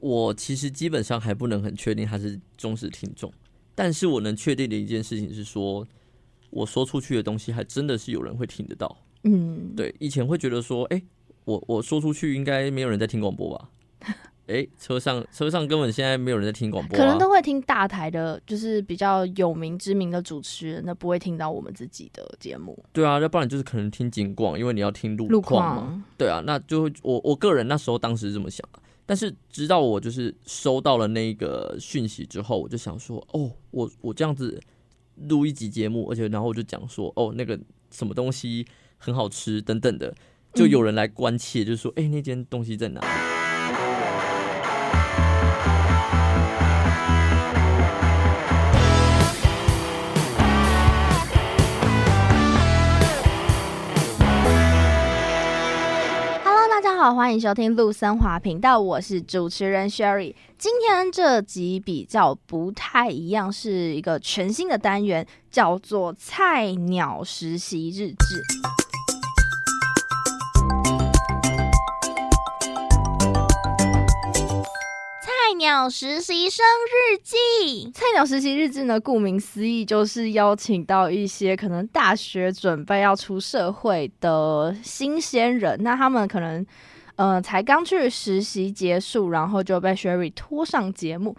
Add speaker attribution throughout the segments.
Speaker 1: 我其实基本上还不能很确定他是忠实听众，但是我能确定的一件事情是说，我说出去的东西还真的是有人会听得到。
Speaker 2: 嗯，
Speaker 1: 对，以前会觉得说，哎、我我说出去应该没有人在听广播吧？ 哎、车上车上根本现在没有人在听广播、啊，
Speaker 2: 可能都会听大台的，就是比较有名知名的主持人，那不会听到我们自己的节目
Speaker 1: 对啊，要不然就是可能听景广，因为你要听路
Speaker 2: 路
Speaker 1: 况嘛。
Speaker 2: 况。
Speaker 1: 对啊，那就会我我个人那时候当时是这么想啊，但是直到我就是收到了那个讯息之后，我就想说，哦，我我这样子录一集节目，而且然后我就讲说，哦，那个什么东西很好吃等等的，就有人来关切，就说，哎、那间东西在哪里？
Speaker 2: Hello，大家好，欢迎收听陆森华频道，我是主持人 Sherry。今天这集比较不太一样，是一个全新的单元，叫做“菜鸟实习日志”。菜鸟实习生日记。菜鸟实习日志呢，顾名思义就是邀请到一些可能大学准备要出社会的新鲜人，那他们可能呃才刚去实习结束，然后就被 Sherry 拖上节目。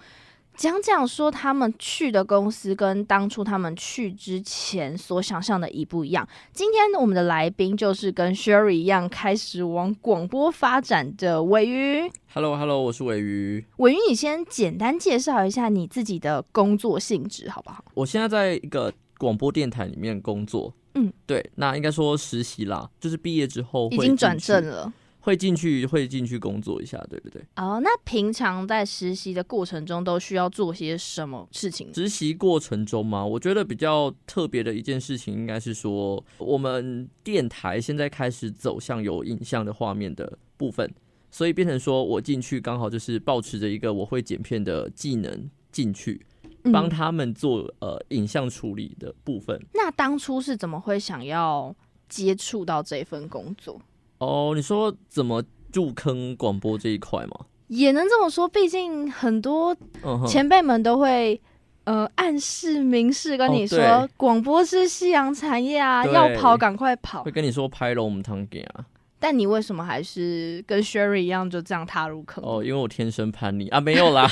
Speaker 2: 讲讲说他们去的公司跟当初他们去之前所想象的一不一样。今天我们的来宾就是跟 Sherry 一样，开始往广播发展的尾鱼。
Speaker 1: Hello Hello，我是尾鱼，
Speaker 2: 伟云，你先简单介绍一下你自己的工作性质好不好？
Speaker 1: 我现在在一个广播电台里面工作。
Speaker 2: 嗯，
Speaker 1: 对，那应该说实习啦，就是毕业之后
Speaker 2: 已
Speaker 1: 会
Speaker 2: 经转
Speaker 1: 进去
Speaker 2: 正，了
Speaker 1: 会进去会进去工作一下，对不对？
Speaker 2: 哦。那平常在实习的过程中都需要做些什么事情？
Speaker 1: 实习过程中嘛，我觉得比较特别的一件事情，应该是说我们电台现在开始走向有影像的画面的部分，所以变成说我进去刚好就是保持着一个我会剪片的技能进去，帮
Speaker 2: 嗯、
Speaker 1: 他们做呃影像处理的部分。
Speaker 2: 那当初是怎么会想要接触到这份工作？
Speaker 1: 哦，你说怎么入坑广播这一块吗？
Speaker 2: 也能这么说，毕竟很多
Speaker 1: 嗯哼，
Speaker 2: 前辈们都会。呃，暗示、明示跟你
Speaker 1: 哦
Speaker 2: 说，
Speaker 1: 对
Speaker 2: 广播是夕阳产业啊，
Speaker 1: 对
Speaker 2: 要跑赶快跑
Speaker 1: 会。跟你说拍龙我们堂给啊。
Speaker 2: 但你为什么还是跟 Sherry 一样就这样踏入 坑？
Speaker 1: 哦，因为我天生叛逆啊，没有啦。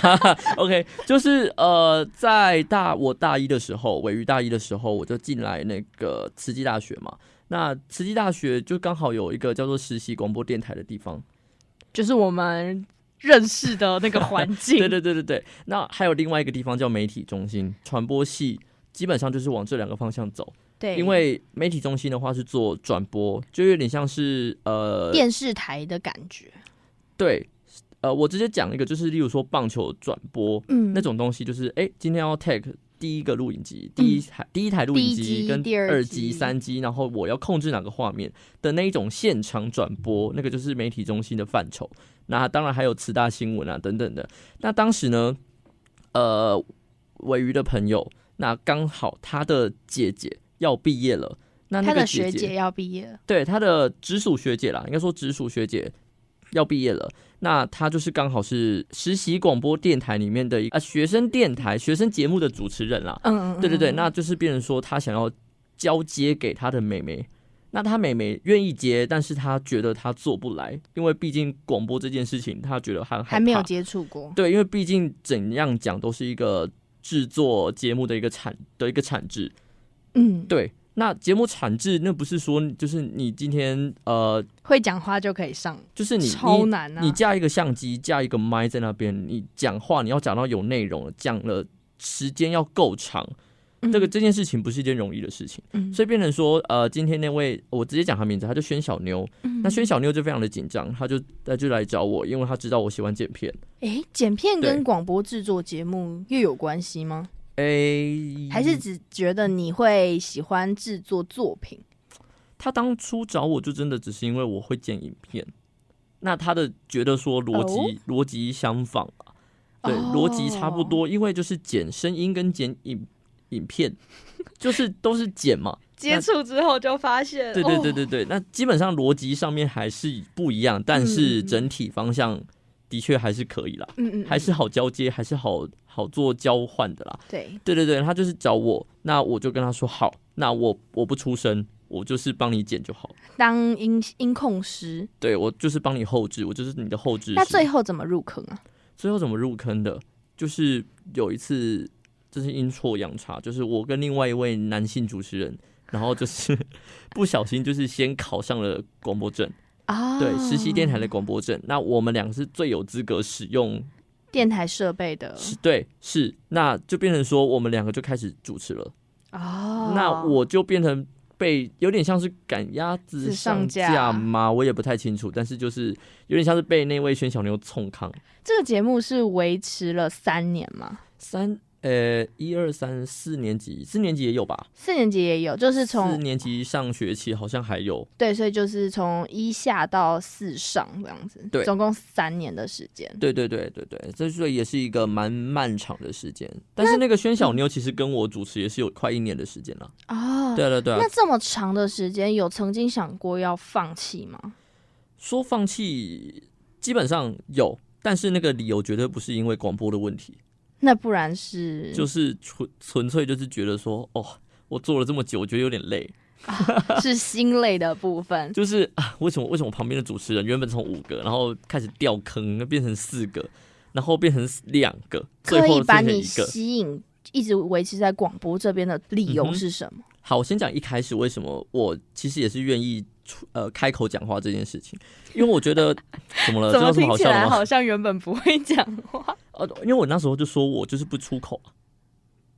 Speaker 1: OK，就是呃，在大我大一的时候，尾鱼大一的时候，我就进来那个慈济大学嘛。那慈济大学就刚好有一个叫做实习广播电台的地方，
Speaker 2: 就是我们认识的那个环境。
Speaker 1: 对对对对对。那还有另外一个地方叫媒体中心，传播系基本上就是往这两个方向走，
Speaker 2: 对
Speaker 1: 因为媒体中心的话是做转播，就有点像是呃
Speaker 2: 电视台的感觉，
Speaker 1: 对，呃，我直接讲一个，就是例如说棒球转播，
Speaker 2: 嗯
Speaker 1: 那种东西就是，哎、今天要 take 第一个录影机，第一台、第一台录
Speaker 2: 嗯第
Speaker 1: 影
Speaker 2: 一
Speaker 1: 机
Speaker 2: 机
Speaker 1: 跟
Speaker 2: 第二
Speaker 1: 二
Speaker 2: 机
Speaker 1: 机、三机，然后我要控制哪个画面的那一种现场转播，那个就是媒体中心的范畴。那当然还有慈大新闻啊等等的。那当时呢，呃，尾鱼的朋友，那刚好他的姐姐要毕业了，那那
Speaker 2: 他
Speaker 1: 个
Speaker 2: 的学
Speaker 1: 姐
Speaker 2: 姐要毕业了，
Speaker 1: 对，他的直属学姐啦，应该说直属学姐要毕业了。那她就是刚好是实习广播电台里面的一啊、学生电台学生节目的主持人啦。
Speaker 2: 嗯，嗯
Speaker 1: 对对对，那就是变成说她想要交接给她的妹妹。那她妹妹愿意接，但是她觉得她做不来，因为毕竟广播这件事情，她觉得很害怕
Speaker 2: 还没有接触过，
Speaker 1: 对，因为毕竟怎样讲都是一个制作节目的一个产的一个产制，
Speaker 2: 嗯，
Speaker 1: 对，那节目产制那不是说就是你今天呃，
Speaker 2: 会讲话就可以上，
Speaker 1: 就是你
Speaker 2: 超难啊！
Speaker 1: 你你架一个相机，架一个麦在那边，你讲话你要讲到有内容，讲了时间要够长，
Speaker 2: 嗯
Speaker 1: 这个这件事情不是一件容易的事情，
Speaker 2: 嗯
Speaker 1: 所以变成说呃，今天那位我直接讲他名字，他叫宣小妞，
Speaker 2: 嗯
Speaker 1: 那宣小妞就非常的紧张，他就他就来找我，因为他知道我喜欢剪片，
Speaker 2: 诶，剪片跟
Speaker 1: 对
Speaker 2: 广播制作节目又有关系吗？
Speaker 1: 诶、
Speaker 2: 还是只觉得你会喜欢制作作品？
Speaker 1: 他当初找我就真的只是因为我会剪影片，那他的觉得说逻辑逻辑相仿吧，对，
Speaker 2: 哦
Speaker 1: 逻辑差不多，因为就是剪声音跟剪影影片， 就是都是剪嘛，
Speaker 2: 接触之后就发现，
Speaker 1: 对对对
Speaker 2: 哦，
Speaker 1: 对对，那基本上逻辑上面还是不一样，但是
Speaker 2: 嗯
Speaker 1: 整体方向的确还是可以啦，
Speaker 2: 嗯嗯，嗯
Speaker 1: 还是好交接，还是好好做交换的啦。
Speaker 2: 对，
Speaker 1: 对对对，他就是找我，那我就跟他说好，那我我不出声，我就是帮你剪就好。
Speaker 2: 当音音控师。
Speaker 1: 对我就是帮你后置，我就是你的后置师。
Speaker 2: 那最后怎么入坑啊？
Speaker 1: 最后怎么入坑的？就是有一次，就是阴错阳差，就是我跟另外一位男性主持人，然后就是 不小心就是先考上了广播证，
Speaker 2: 啊，
Speaker 1: 对，实习电台的广播证。那我们俩是最有资格使用，
Speaker 2: 电台设备的
Speaker 1: 是对，是，那就变成说我们两个就开始主持了。
Speaker 2: 哦。
Speaker 1: 那我就变成被有点像是赶鸭子
Speaker 2: 是上
Speaker 1: 上
Speaker 2: 架
Speaker 1: 架吗？我也不太清楚，但是就是有点像是被那位宣小妞冲康
Speaker 2: 这个节目是维持了三年嘛？
Speaker 1: 三呃一二三四年级，四年级也有吧？
Speaker 2: 四年级也有，就
Speaker 1: 四
Speaker 2: 是从
Speaker 1: 年级上学期好像还有
Speaker 2: 对，所以就是从一下到四上这样子，
Speaker 1: 对
Speaker 2: 总共三年的时间。
Speaker 1: 对对对对对，这所以也是一个蛮漫长的时间。但是那个宣
Speaker 2: 嗯
Speaker 1: 小妞其实跟我主持也是有快一年的时间了。
Speaker 2: 哦，
Speaker 1: 对了对啊
Speaker 2: 那，这么长的时间，有曾经想过要放弃吗？
Speaker 1: 说放弃基本上有，但是那个理由绝对不是因为广播的问题，
Speaker 2: 那不然是
Speaker 1: 就是纯纯粹就是觉得说，哦，我做了这么久，我觉得有点累。
Speaker 2: 是心累的部分。
Speaker 1: 就是啊，为什么为什么旁边的主持人原本从五个，然后开始掉坑，变成四个，然后变成两个， 最
Speaker 2: 可
Speaker 1: 后
Speaker 2: 以
Speaker 1: 变
Speaker 2: 把
Speaker 1: 成
Speaker 2: 你
Speaker 1: 一个。
Speaker 2: 吸引，一直维持在广播这边的理
Speaker 1: 嗯
Speaker 2: 由
Speaker 1: 哼
Speaker 2: 是什么？
Speaker 1: 好，我先讲一开始为什么我其实也是愿意出呃开口讲话这件事情，因为我觉 得怎么呃了？这
Speaker 2: 怎么
Speaker 1: 有什么
Speaker 2: 听
Speaker 1: 好
Speaker 2: 起
Speaker 1: 笑
Speaker 2: 来
Speaker 1: 的吗？
Speaker 2: 好像原本不会讲话？
Speaker 1: 呃，因为我那时候就说我就是不出口，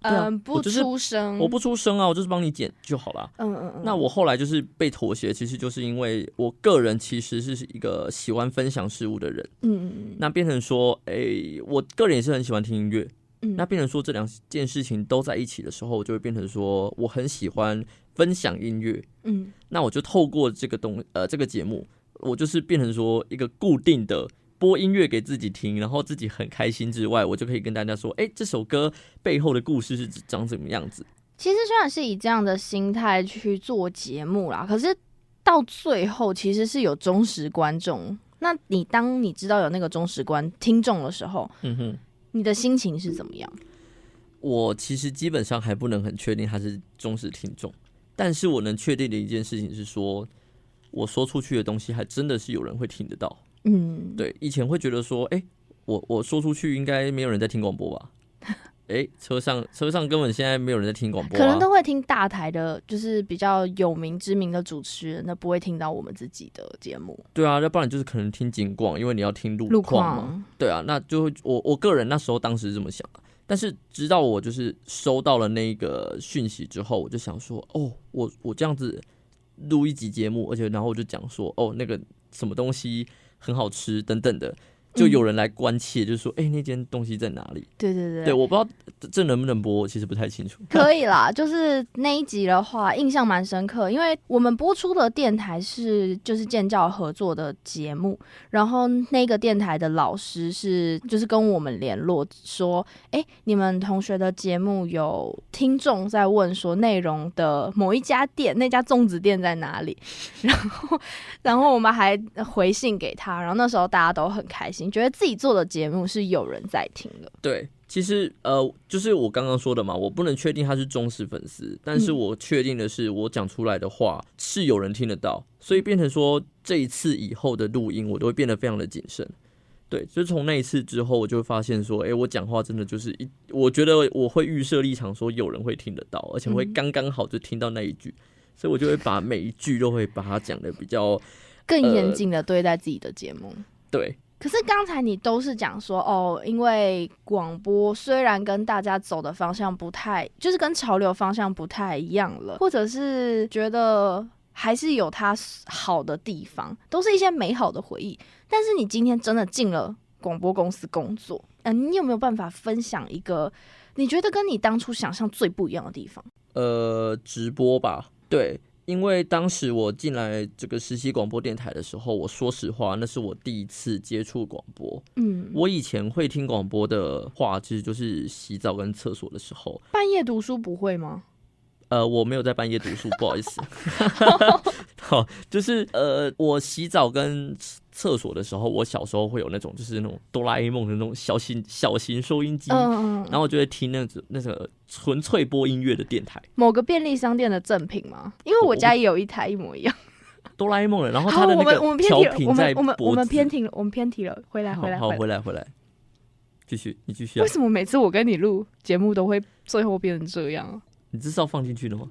Speaker 1: 对啊
Speaker 2: 嗯，不
Speaker 1: 我就是
Speaker 2: 出声。
Speaker 1: 我不出声啊，我就是帮你剪就好了。
Speaker 2: 嗯嗯嗯。
Speaker 1: 那我后来就是被妥协，其实就是因为我个人其实是一个喜欢分享事物的人，
Speaker 2: 嗯嗯
Speaker 1: 那变成说，诶、我个人也是很喜欢听音乐，
Speaker 2: 嗯
Speaker 1: 那变成说这两件事情都在一起的时候，就会变成说我很喜欢分享音乐，
Speaker 2: 嗯
Speaker 1: 那我就透过这个东呃这个节目，我就是变成说一个固定的播音乐给自己听，然后自己很开心之外，我就可以跟大家说，哎、这首歌背后的故事是长怎么样子。
Speaker 2: 其实虽然是以这样的心态去做节目啦，可是到最后其实是有忠实观众。那你当你知道有那个忠实观听众的时候，
Speaker 1: 嗯哼，
Speaker 2: 你的心情是怎么样？
Speaker 1: 我其实基本上还不能很确定他是忠实听众，但是我能确定的一件事情是说，我说出去的东西还真的是有人会听得到。
Speaker 2: 嗯，
Speaker 1: 对，以前会觉得说，哎、我我说出去应该没有人在听广播吧？哎、车上车上根本现在没有人在听广播、啊，
Speaker 2: 可能都会听大台的，就是比较有名知名的主持人，那不会听到我们自己的节目。
Speaker 1: 对啊，要不然就是可能听景广，因为你要听路
Speaker 2: 路
Speaker 1: 况嘛。
Speaker 2: 况，
Speaker 1: 对啊，那就会我我个人那时候当时是这么想啊，但是直到我就是收到了那个讯息之后，我就想说，哦，我我这样子录一集节目，而且然后我就讲说，哦，那个什么东西很好吃等等的，就
Speaker 2: 嗯
Speaker 1: 有人来关切，就说，哎、那间东西在哪里？
Speaker 2: 对对对，
Speaker 1: 对，我不知道这这能不能播，我其实不太清楚。
Speaker 2: 可以啦，就是那一集的话，印象蛮深刻，因为我们播出的电台是就是建教合作的节目，然后那个电台的老师是就是跟我们联络说，哎、你们同学的节目有听众在问说内容的某一家店，那家粽子店在哪里？ 然后然后我们还回信给他，然后那时候大家都很开心，觉得自己做的节目是有人在听的。
Speaker 1: 对，其实呃，就是我刚刚说的嘛，我不能确定他是忠实粉丝，但是
Speaker 2: 嗯
Speaker 1: 我确定的是，我讲出来的话是有人听得到，所以变成说这一次以后的录音，我都会变得非常的谨慎。对，就是从那一次之后，我就会发现说，诶，我讲话真的就是一，我觉得我会预设立场，说有人会听得到，而且会
Speaker 2: 嗯
Speaker 1: 刚刚好就听到那一句，所以我就会把每一句都会把它讲的比较
Speaker 2: 更
Speaker 1: 呃
Speaker 2: 严谨的对待自己的节目，
Speaker 1: 对，
Speaker 2: 可是刚才你都是讲说哦，因为广播虽然跟大家走的方向不太，就是跟潮流方向不太一样了，或者是觉得还是有它好的地方，都是一些美好的回忆。但是你今天真的进了广播公司工作，嗯、你有没有办法分享一个你觉得跟你当初想象最不一样的地方？
Speaker 1: 呃直播吧，对，因为当时我进来这个实习广播电台的时候，我说实话，那是我第一次接触广播。
Speaker 2: 嗯，
Speaker 1: 我以前会听广播的话，其实就是洗澡跟厕所的时候。
Speaker 2: 半夜读书不会吗？
Speaker 1: 呃，我没有在半夜读书，不好意思。好，就是呃，我洗澡跟厕所的时候，我小时候会有那种就是那种哆啦 A 梦的那种小型小型收音机，
Speaker 2: 嗯嗯
Speaker 1: 然
Speaker 2: 嗯，
Speaker 1: 后我就会听那种那个纯粹播音乐的电台，
Speaker 2: 某个便利商店的赠品吗？因为我家也有一台一模一样。
Speaker 1: 哆啦 A 梦的，然后
Speaker 2: 好，
Speaker 1: 它的
Speaker 2: 我
Speaker 1: 那
Speaker 2: 们我们
Speaker 1: 个
Speaker 2: 偏
Speaker 1: 调
Speaker 2: 题了，我
Speaker 1: 频在
Speaker 2: 们我们我
Speaker 1: 脖
Speaker 2: 们
Speaker 1: 子
Speaker 2: 偏题了，我们偏题了，回来
Speaker 1: 好
Speaker 2: 回来
Speaker 1: 好
Speaker 2: 回来。
Speaker 1: 回来回来，继续你继续啊
Speaker 2: 为，什么每次我跟你录节目都会最后变成这样啊？
Speaker 1: 你这是要放进去的吗？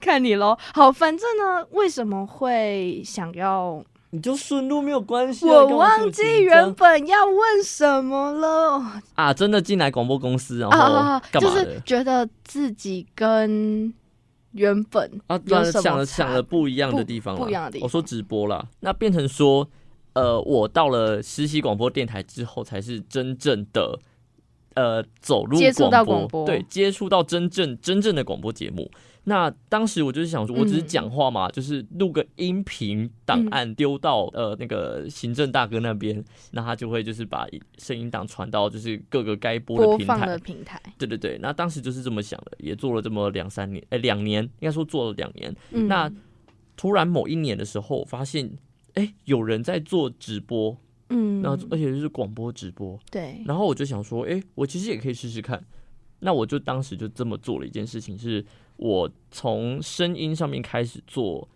Speaker 2: 看你喽。好，反正呢，为什么会想要？
Speaker 1: 你就顺路没有关系啊、
Speaker 2: 我
Speaker 1: 干嘛这么
Speaker 2: 忘记
Speaker 1: 紧
Speaker 2: 原
Speaker 1: 张
Speaker 2: 本要问什么了
Speaker 1: 啊，真的进来广播公司，然
Speaker 2: 啊
Speaker 1: 后，干
Speaker 2: 就
Speaker 1: 嘛
Speaker 2: 是
Speaker 1: 的？
Speaker 2: 觉得自己跟原本
Speaker 1: 啊，
Speaker 2: 有
Speaker 1: 然
Speaker 2: 什么
Speaker 1: 想了
Speaker 2: 差
Speaker 1: 想了不一样的
Speaker 2: 不
Speaker 1: 地方啦，
Speaker 2: 不一样的地
Speaker 1: 我说
Speaker 2: 方
Speaker 1: 直播啦，那变成说，呃，我到了实习广播电台之后，才是真正的。呃，走入
Speaker 2: 接触到
Speaker 1: 广
Speaker 2: 广播
Speaker 1: 对，接触到真正真正的广播节目。那当时我就是想说，我只是
Speaker 2: 嗯
Speaker 1: 讲话嘛，就是录个音频档
Speaker 2: 嗯
Speaker 1: 案丢到、呃那个行政大哥那边，那他就会就是把声音档传到就是各个该播的
Speaker 2: 播
Speaker 1: 平
Speaker 2: 放
Speaker 1: 台。
Speaker 2: 的平台，
Speaker 1: 对对对，那当时就是这么想的，也做了这么两三年，哎，两年应该说做了两年。
Speaker 2: 嗯
Speaker 1: 那突然某一年的时候，我发现，哎，有人在做直播，
Speaker 2: 嗯，
Speaker 1: 然后而且就是广播直播，
Speaker 2: 对，
Speaker 1: 然后我就想说，哎，我其实也可以试试看。那我就当时就这么做了一件事情，是我从声音上面开始做，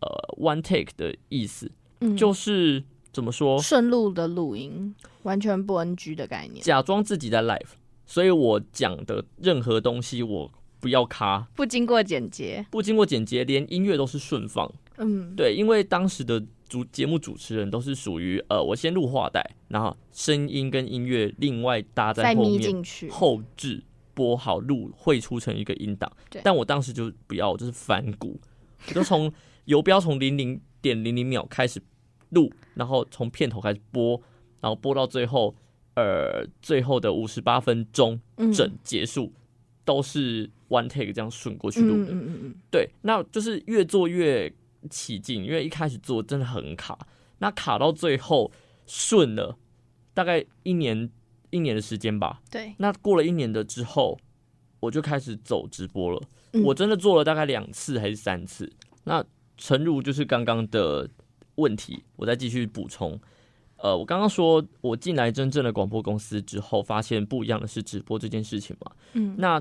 Speaker 1: 呃，one take 的意思，
Speaker 2: 嗯
Speaker 1: 就是怎么说，
Speaker 2: 顺路的录音，完全不 NG 的概念，
Speaker 1: 假装自己在 live，所以我讲的任何东西我不要卡。
Speaker 2: 不经过剪接，
Speaker 1: 不经过剪辑，连音乐都是顺放。
Speaker 2: 嗯，
Speaker 1: 对，因为当时的主节目主持人都是属于呃，我先录话带，然后声音跟音乐另外搭在
Speaker 2: 再
Speaker 1: 后
Speaker 2: 眯
Speaker 1: 面
Speaker 2: 进去，
Speaker 1: 后置播好录，会出成一个音档
Speaker 2: 对。
Speaker 1: 但我当时就不要，我就是反骨，我就 从游标从零零点零零秒开始录，然后从片头开始播，然后播到最后，呃，最后的五十八分钟
Speaker 2: 嗯
Speaker 1: 整结束，都是 one take 这样顺过去录
Speaker 2: 嗯嗯
Speaker 1: 的。
Speaker 2: 嗯嗯
Speaker 1: 对，那就是越做越起劲，因为一开始做真的很卡，那卡到最后顺了，大概一年一年的时间吧。
Speaker 2: 对，
Speaker 1: 那过了一年的之后，我就开始走直播了。
Speaker 2: 嗯
Speaker 1: 我真的做了大概两次还是三次。那诚如就是刚刚的问题，我再继续补充。呃，我刚刚说我进来真正的广播公司之后，发现不一样的是直播这件事情嘛。
Speaker 2: 嗯
Speaker 1: 那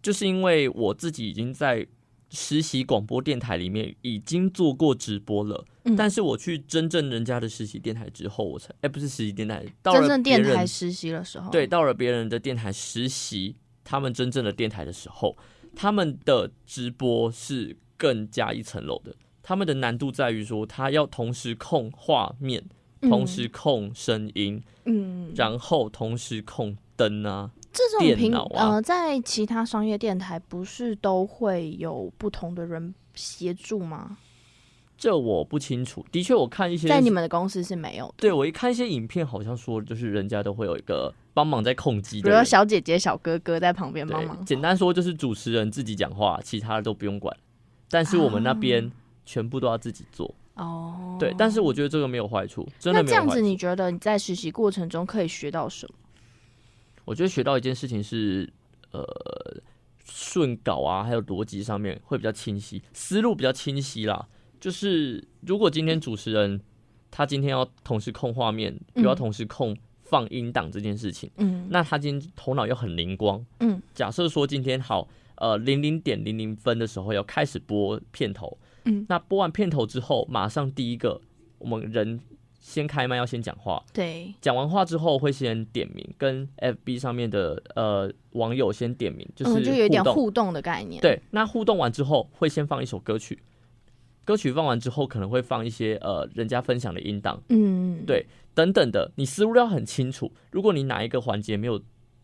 Speaker 1: 就是因为我自己已经在实习广播电台里面已经做过直播了，
Speaker 2: 嗯
Speaker 1: 但是我去真正人家的实习电台之后，我才哎、不是实习电台，到
Speaker 2: 真
Speaker 1: 了
Speaker 2: 正
Speaker 1: 别
Speaker 2: 电
Speaker 1: 人
Speaker 2: 台实习的时候，
Speaker 1: 对，，到了别人的电台实习，他们真正的电台的时候，他们的直播是更加一层楼的。他们的难度在于说，他要同时控画面，同时，控声音，
Speaker 2: 嗯，
Speaker 1: 然后同时控灯啊。
Speaker 2: 这种
Speaker 1: 电
Speaker 2: 平
Speaker 1: 脑啊
Speaker 2: 呃，在其他商业电台不是都会有不同的人协助吗？
Speaker 1: 这我不清楚。的确，我看一些
Speaker 2: 在你们的公司是没有的，
Speaker 1: 对我一看一些影片，好像说就是人家都会有一个帮忙在控机
Speaker 2: 比
Speaker 1: 的
Speaker 2: 如说
Speaker 1: 人。
Speaker 2: 小姐姐、小哥哥在旁边帮
Speaker 1: 对，
Speaker 2: 忙，
Speaker 1: 简单说就是主持人自己讲话，其他的都不用管。但是我们那边全部都要自己做。
Speaker 2: 啊哦，
Speaker 1: 对，但是我觉得这个没有坏处，真的
Speaker 2: 那
Speaker 1: 没
Speaker 2: 这
Speaker 1: 有
Speaker 2: 样
Speaker 1: 坏
Speaker 2: 子，
Speaker 1: 处。
Speaker 2: 你觉得你在实习过程中可以学到什么？
Speaker 1: 我觉得学到一件事情是，呃，顺稿啊，还有逻辑上面会比较清晰，思路比较清晰啦。就是如果今天主持人他今天要同时控画面，又要
Speaker 2: 嗯
Speaker 1: 同时控放音档这件事情，
Speaker 2: 嗯
Speaker 1: 那他今天头脑要很灵光。
Speaker 2: 嗯，
Speaker 1: 假设说今天好，呃，零零点零零分的时候要开始播片头，
Speaker 2: 嗯，
Speaker 1: 那播完片头之后，马上第一个我们人先开麦要先讲话，
Speaker 2: 对，
Speaker 1: 讲完话之后会先点名，跟 FB 上面的呃网友先点名，就是互
Speaker 2: 嗯，
Speaker 1: 动。
Speaker 2: 就有点互动的概念，，
Speaker 1: 对，那互动完之后会先放一首歌曲，歌曲放完之后可能会放一些呃人家分享的音档
Speaker 2: 嗯，
Speaker 1: 对等等的，你思路要很清楚。如果你哪一个环节没有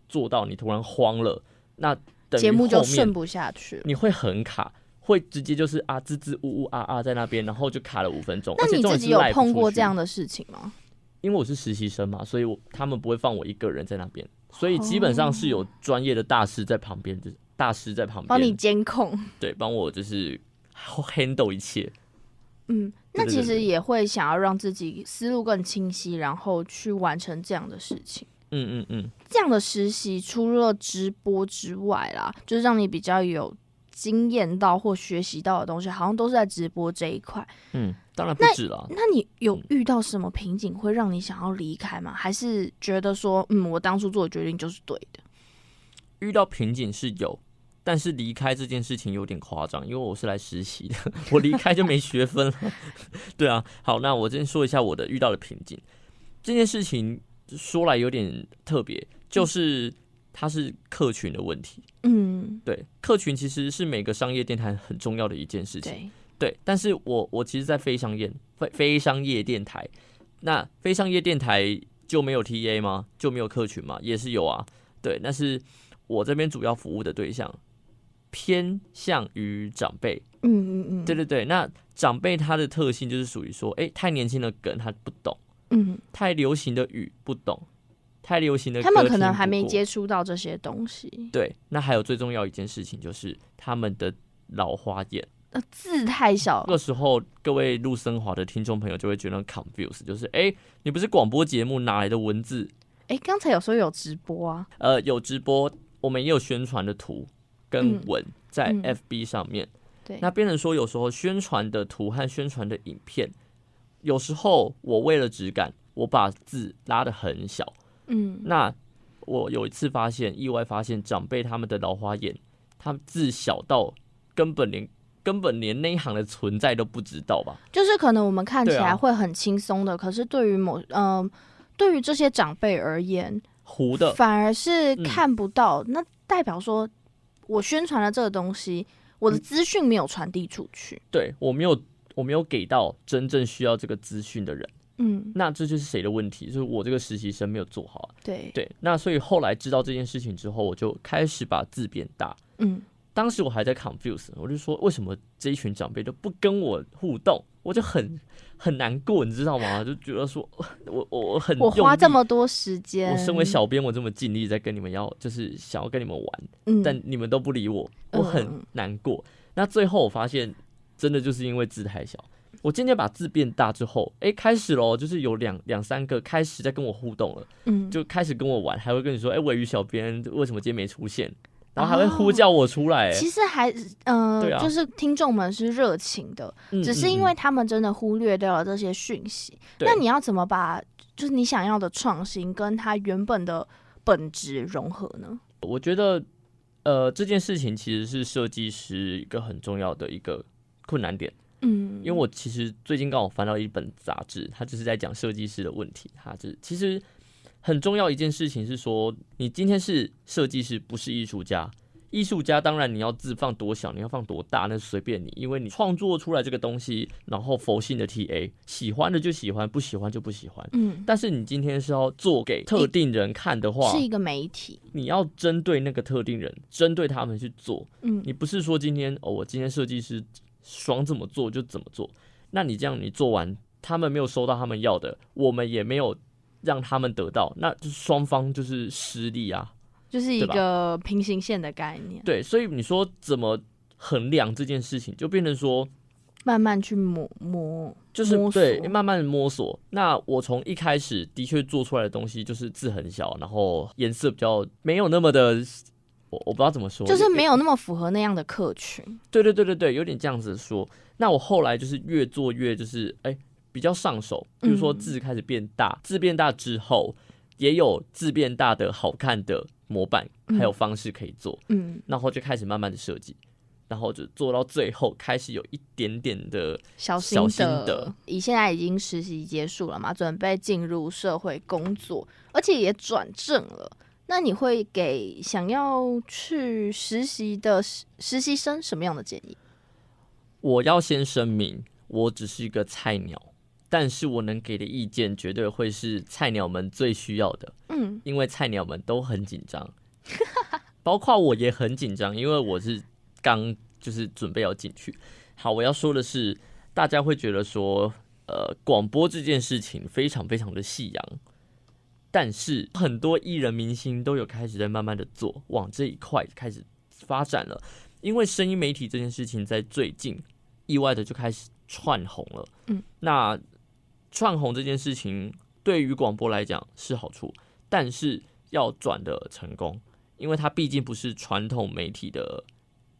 Speaker 1: 做到，你突然慌了，那等于
Speaker 2: 节目就
Speaker 1: 后
Speaker 2: 顺
Speaker 1: 面
Speaker 2: 不下去了。
Speaker 1: 你会很卡。会直接就是啊支支吾吾啊啊在那边，然后就卡了五分钟。
Speaker 2: 那
Speaker 1: 而且
Speaker 2: 你
Speaker 1: 重
Speaker 2: 自
Speaker 1: 点是
Speaker 2: 己有
Speaker 1: 赖不
Speaker 2: 碰
Speaker 1: 出
Speaker 2: 过
Speaker 1: 去
Speaker 2: 这样的事情吗？
Speaker 1: 因为我是实习生嘛，所以我他们不会放我一个人在那边，所以基本上是有专业的大师在旁边，就是大师在旁
Speaker 2: 帮你
Speaker 1: 边，
Speaker 2: 监控，
Speaker 1: 对，帮我就是 handle 一切。
Speaker 2: 嗯，
Speaker 1: 对
Speaker 2: 那
Speaker 1: 对
Speaker 2: 其
Speaker 1: 对
Speaker 2: 实
Speaker 1: 对
Speaker 2: 也会想要让自己思路更清晰，然后去完成这样的事情。
Speaker 1: 嗯嗯嗯，
Speaker 2: 这样的实习除了直播之外啦，就是让你比较有经验到或学习到的东西，好像都是在直播这一块。
Speaker 1: 嗯，当然不止啦。
Speaker 2: 那你有遇到什么瓶颈会让你想要离开吗？还是觉得说，嗯，我当初做的决定就是对的？
Speaker 1: 遇到瓶颈是有，但是离开这件事情有点夸张，因为我是来实习的， 我离开就没学分了。 对啊，好，那我先说一下我的遇到的瓶颈。这件事情说来有点特别，就是它是客群的问题。
Speaker 2: 嗯，
Speaker 1: 对，客群其实是每个商业电台很重要的一件事情。
Speaker 2: 对，
Speaker 1: 对，但是我我其实，在非商业非非商业电台，那非商业电台就没有 TA 吗？就没有客群吗？也是有啊，对，但是我这边主要服务的对象偏向于长辈，
Speaker 2: 嗯嗯嗯，
Speaker 1: 对，对对，那长辈他的特性就是属于说，诶，太年轻的梗他不懂，
Speaker 2: 嗯，
Speaker 1: 太流行的语不懂，太流行的
Speaker 2: 他们
Speaker 1: 歌
Speaker 2: 可能
Speaker 1: 听
Speaker 2: 还
Speaker 1: 不
Speaker 2: 没
Speaker 1: 过
Speaker 2: 接触到这些东西，
Speaker 1: 对，那还有最重要一件事情就是他们的老花眼。
Speaker 2: 呃，字太小
Speaker 1: 这，个时候，各位陆森华的听众朋友就会觉得很 confused，就是哎、诶你不是广播节目哪来的文字？
Speaker 2: 哎，刚才有说有直播啊，
Speaker 1: 呃，有直播，我们也有宣传的图跟
Speaker 2: 嗯
Speaker 1: 文在
Speaker 2: 嗯
Speaker 1: FB 上面。
Speaker 2: 对，
Speaker 1: 那变成说，有时候宣传的图和宣传的影片，有时候我为了质感，我把字拉得很小。
Speaker 2: 嗯，
Speaker 1: 那我有一次发现，意外发现长辈他们的老花眼，他们字小到根本连根本连那一行的存在都不知道吧？
Speaker 2: 就是可能我们看起
Speaker 1: 对啊
Speaker 2: 来会很轻松的，可是对于某，嗯、对于这些长辈而言，
Speaker 1: 糊的。
Speaker 2: 反而是
Speaker 1: 呃嗯
Speaker 2: 看不到，那代表说我宣传了这个东西，
Speaker 1: 嗯
Speaker 2: 我的资讯没有传递出去。
Speaker 1: 对我没有我没有给到真正需要这个资讯的人，
Speaker 2: 嗯，
Speaker 1: 那这就是谁的问题？就是我这个实习生没有做好啊、
Speaker 2: 对，
Speaker 1: 对，那所以后来知道这件事情之后，我就开始把字变大。
Speaker 2: 嗯，
Speaker 1: 当时我还在 confuse，我就说为什么这一群长辈都不跟我互动，我就很很难过，你知道吗？就觉得说我我我很
Speaker 2: 我
Speaker 1: 用
Speaker 2: 花
Speaker 1: 力
Speaker 2: 这么多时间，
Speaker 1: 我身为小编，我这么尽力在跟你们要，就是想要跟你们玩，
Speaker 2: 嗯，
Speaker 1: 但你们都不理我，
Speaker 2: 嗯
Speaker 1: 我很难过。那最后我发现，真的就是因为字太小。我渐渐把字变大之后，诶，开始咯，就是有两两三个开始在跟我互动了，
Speaker 2: 嗯，
Speaker 1: 就开始跟我玩，还会跟你说，诶，尾鱼小编为什么今天没出现？然后还会呼叫我出来、诶
Speaker 2: 哦其实还嗯、
Speaker 1: 对啊
Speaker 2: 就是听众们是热情的，
Speaker 1: 嗯
Speaker 2: 只是因为他们真的忽略掉了这些讯息。
Speaker 1: 对
Speaker 2: 那你要怎么把就是你想要的创新跟它原本的本质融合呢？
Speaker 1: 我觉得，呃，这件事情其实是设计师一个很重要的一个困难点。
Speaker 2: 嗯，
Speaker 1: 因为我其实最近刚好翻到一本杂志，它就是在讲设计师的问题。它就是其实很重要一件事情是说，你今天是设计师，不是艺术家。艺术家当然你要字放多小，你要放多大，那随便你，因为你创作出来这个东西，然后佛性的 TA，喜欢的就喜欢，不喜欢就不喜欢。
Speaker 2: 嗯，
Speaker 1: 但是你今天是要做给特定人看的话
Speaker 2: 是，一个媒体，
Speaker 1: 你要针对那个特定人，针对他们去做。
Speaker 2: 嗯
Speaker 1: 你不是说今天哦，我今天设计师爽怎么做就怎么做，那你这样你做完，他们没有收到他们要的，我们也没有让他们得到，那就是双方就是失利啊。
Speaker 2: 就是一
Speaker 1: 对吧
Speaker 2: 个平行线的概念，
Speaker 1: 对，所以你说怎么衡量这件事情，就变成说。
Speaker 2: 慢慢去磨磨。
Speaker 1: 就是
Speaker 2: 摸索
Speaker 1: 对，慢慢摸索。那我从一开始的确做出来的东西就是字很小，然后颜色比较没有那么的，我我不知道怎么说，
Speaker 2: 就是
Speaker 1: 有
Speaker 2: 没有那么符合那样的客群。
Speaker 1: 对对对对对，有点这样子说。那我后来就是越做越就是哎、比较上手，比如说
Speaker 2: 嗯
Speaker 1: 字开始变大，字变大之后也有字变大的好看的模板，还有方式可以做，
Speaker 2: 嗯，
Speaker 1: 然后就开始慢慢的设计，然后就做到最后开始有一点点的
Speaker 2: 小心
Speaker 1: 小
Speaker 2: 得。
Speaker 1: 心得
Speaker 2: 你现在已经实习结束了嘛，准备进入社会工作，而且也转正了。那你会给想要去实习的实实习生什么样的建议？
Speaker 1: 我要先声明，我只是一个菜鸟，但是我能给的意见绝对会是菜鸟们最需要的，
Speaker 2: 嗯，
Speaker 1: 因为菜鸟们都很紧张， 包括我也很紧张，因为我是刚就是准备要进去。好，我要说的是，大家会觉得说，呃，广播这件事情非常非常的夕阳，但是很多艺人明星都有开始在慢慢的做，往这一块开始发展了。因为声音媒体这件事情在最近意外的就开始窜红了。
Speaker 2: 嗯，
Speaker 1: 那窜红这件事情对于广播来讲是好处，但是要转的成功，因为它毕竟不是传统媒体的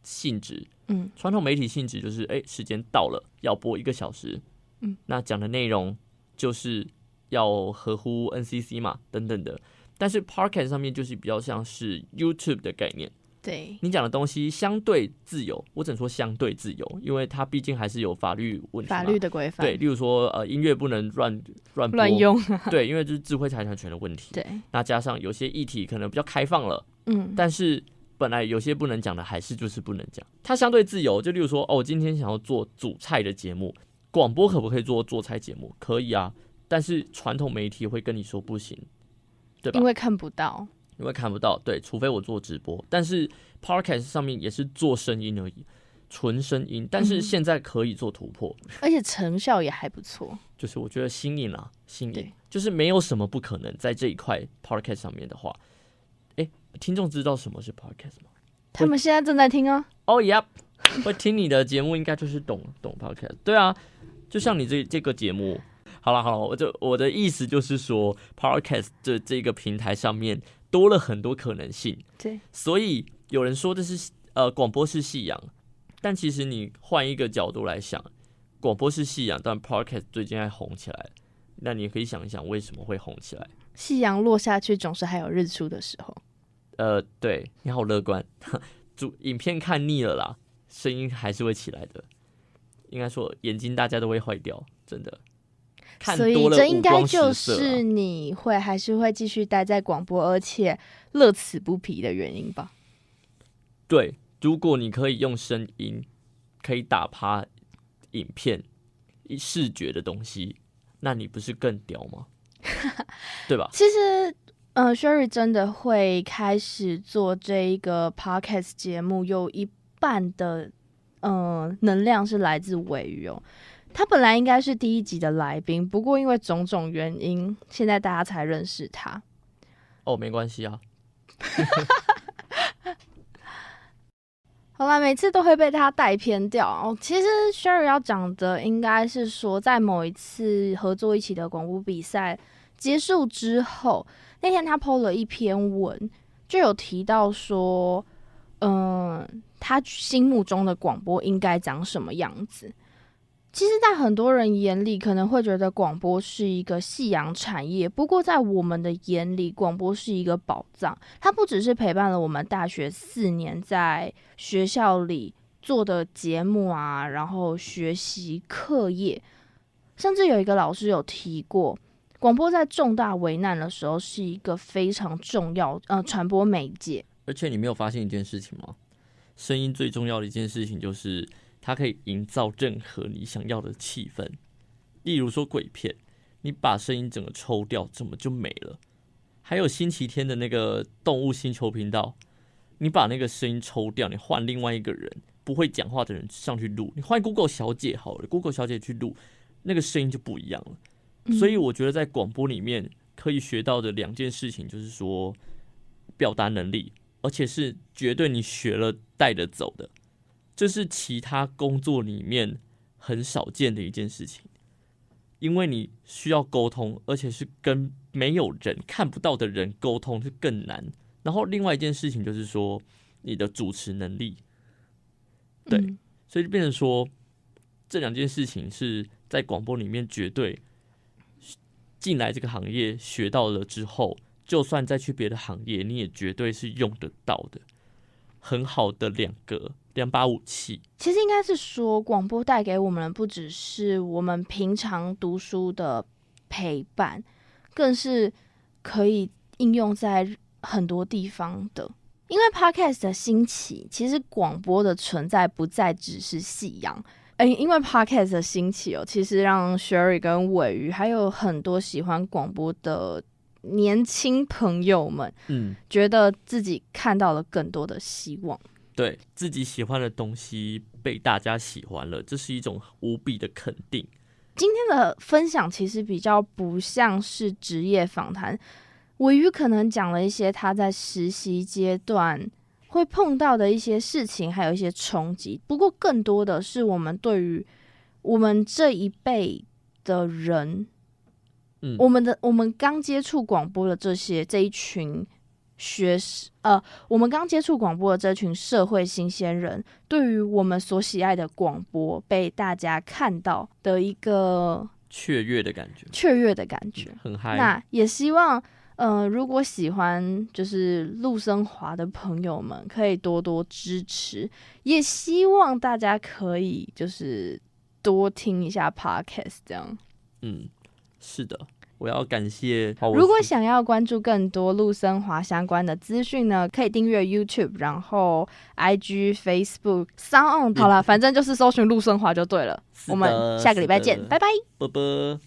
Speaker 1: 性质，
Speaker 2: 嗯，
Speaker 1: 传统媒体性质就是，哎、时间到了要播一个小时，
Speaker 2: 嗯，
Speaker 1: 那讲的内容就是要合乎 NCC 嘛，等等的。但是 Podcast 上面就是比较像是 YouTube 的概念，
Speaker 2: 对，
Speaker 1: 你讲的东西相对自由，我只能说相对自由，因为它毕竟还是有法律问题嘛。
Speaker 2: 法律的规范，
Speaker 1: 对，例如说呃，音乐不能乱乱播
Speaker 2: 乱，用，
Speaker 1: 对，因为就是智慧财产权的问题。
Speaker 2: 对，
Speaker 1: 那加上有些议题可能比较开放了，
Speaker 2: 嗯，
Speaker 1: 但是本来有些不能讲的，还是就是不能讲。它相对自由，就例如说，哦，我今天想要做煮菜的节目，广播可不可以做做菜节目？可以啊，但是传统媒体会跟你说不行，对吧
Speaker 2: 因？为看不到，
Speaker 1: 因为看不到，对，除非我做直播。但是 podcast 上面也是做声音而已，纯声音。但是
Speaker 2: 嗯
Speaker 1: 现在可以做突破，
Speaker 2: 而且成效也还不错，
Speaker 1: 就是我觉得新颖啦，新颖
Speaker 2: 对，
Speaker 1: 就是没有什么不可能在这一块 podcast 上面的话。诶，听众知道什么是 podcast 吗？
Speaker 2: 他们现在正在听啊，
Speaker 1: 哦 y e p 会听你的节目应该就是懂懂 podcast。对啊，就像你这这个节目，好了好了，我就我的意思就是说，podcast 这这个平台上面多了很多可能性，
Speaker 2: 对，
Speaker 1: 所以有人说这是呃广播是夕阳，但其实你换一个角度来想，广播是夕阳，但 podcast 最近还红起来了，那你可以想一想为什么会红起来。
Speaker 2: 夕阳落下去总是还有日出的时候，
Speaker 1: 呃，对你好乐观， 主影片看腻了啦，声音还是会起来的。应该说眼睛大家都会坏掉，真的。看
Speaker 2: 所以
Speaker 1: 多了
Speaker 2: 这应
Speaker 1: 五
Speaker 2: 该
Speaker 1: 光
Speaker 2: 就
Speaker 1: 十色
Speaker 2: 是
Speaker 1: 啊
Speaker 2: 你会还是会继续待在广播，而且乐此不疲的原因吧？
Speaker 1: 对，如果你可以用声音可以打趴影片一视觉的东西，那你不是更屌吗？对吧？
Speaker 2: 其实，呃，Sherry 真的会开始做这一个 podcast 节目，有一半的呃能量是来自尾鱼哦。他本来应该是第一集的来宾，不过因为种种原因，现在大家才认识他。
Speaker 1: 哦，没关系啊，
Speaker 2: 好啦，每次都会被他带偏掉。哦，其实 Sherry 要讲的应该是说，在某一次合作一起的广播比赛结束之后，那天他 PO 了一篇文，就有提到说，嗯、他心目中的广播应该长什么样子。其实，在很多人眼里，可能会觉得广播是一个夕阳产业。不过，在我们的眼里，广播是一个宝藏。它不只是陪伴了我们大学四年在学校里做的节目啊，然后学习课业，甚至有一个老师有提过，广播在重大危难的时候是一个非常重要呃传播媒介。
Speaker 1: 而且你没有发现一件事情吗？声音最重要的一件事情就是它可以营造任何你想要的气氛。例如说鬼片，你把声音整个抽掉，怎么就没了？还有星期天的那个动物星球频道，你把那个声音抽掉，你换另外一个人不会讲话的人上去录，你换 Google 小姐好了，Google 小姐去录，那个声音就不一样了。
Speaker 2: 嗯
Speaker 1: 所以我觉得在广播里面可以学到的两件事情，就是说表达能力，而且是绝对你学了带着走的，这是其他工作里面很少见的一件事情，因为你需要沟通，而且是跟没有人看不到的人沟通是更难。然后另外一件事情就是说你的主持能力，对
Speaker 2: 嗯
Speaker 1: 所以就变成说，这两件事情是在广播里面绝对进来这个行业学到了之后，就算再去别的行业，你也绝对是用得到的，很好的两个两把武器。
Speaker 2: 其实应该是说，广播带给我们的不只是我们平常读书的陪伴，更是可以应用在很多地方的。因为 podcast 的兴起，其实广播的存在不再只是夕阳。诶，因为 podcast 的兴起哦，其实让 Sherry 跟尾鱼还有很多喜欢广播的年轻朋友们，
Speaker 1: 嗯，
Speaker 2: 觉得自己看到了更多的希望。
Speaker 1: 对自己喜欢的东西被大家喜欢了，这是一种无比的肯定。
Speaker 2: 今天的分享其实比较不像是职业访谈，尾鱼可能讲了一些他在实习阶段会碰到的一些事情，还有一些冲击。不过更多的是我们对于我们这一辈的人，
Speaker 1: 嗯
Speaker 2: 我们的我们刚接触广播的这些这一群学士呃，我们刚接触广播的这群社会新鲜人，对于我们所喜爱的广播被大家看到的一个
Speaker 1: 雀跃的感觉，
Speaker 2: 雀跃的感觉。
Speaker 1: 很嗨。
Speaker 2: 那也希望，呃，如果喜欢就是陆生华的朋友们，可以多多支持，也希望大家可以就是多听一下 podcast 这样。
Speaker 1: 嗯，是的，我要感谢。好我
Speaker 2: 如果想要关注更多陆森华相关的资讯呢，可以订阅 YouTube，然后 IG、Facebook、Sound On。好了，反正就是搜寻陆森华就对了。
Speaker 1: 嗯是
Speaker 2: 我们
Speaker 1: 的
Speaker 2: 下个礼拜
Speaker 1: 是
Speaker 2: 见，
Speaker 1: 的
Speaker 2: 拜拜。
Speaker 1: 啵啵。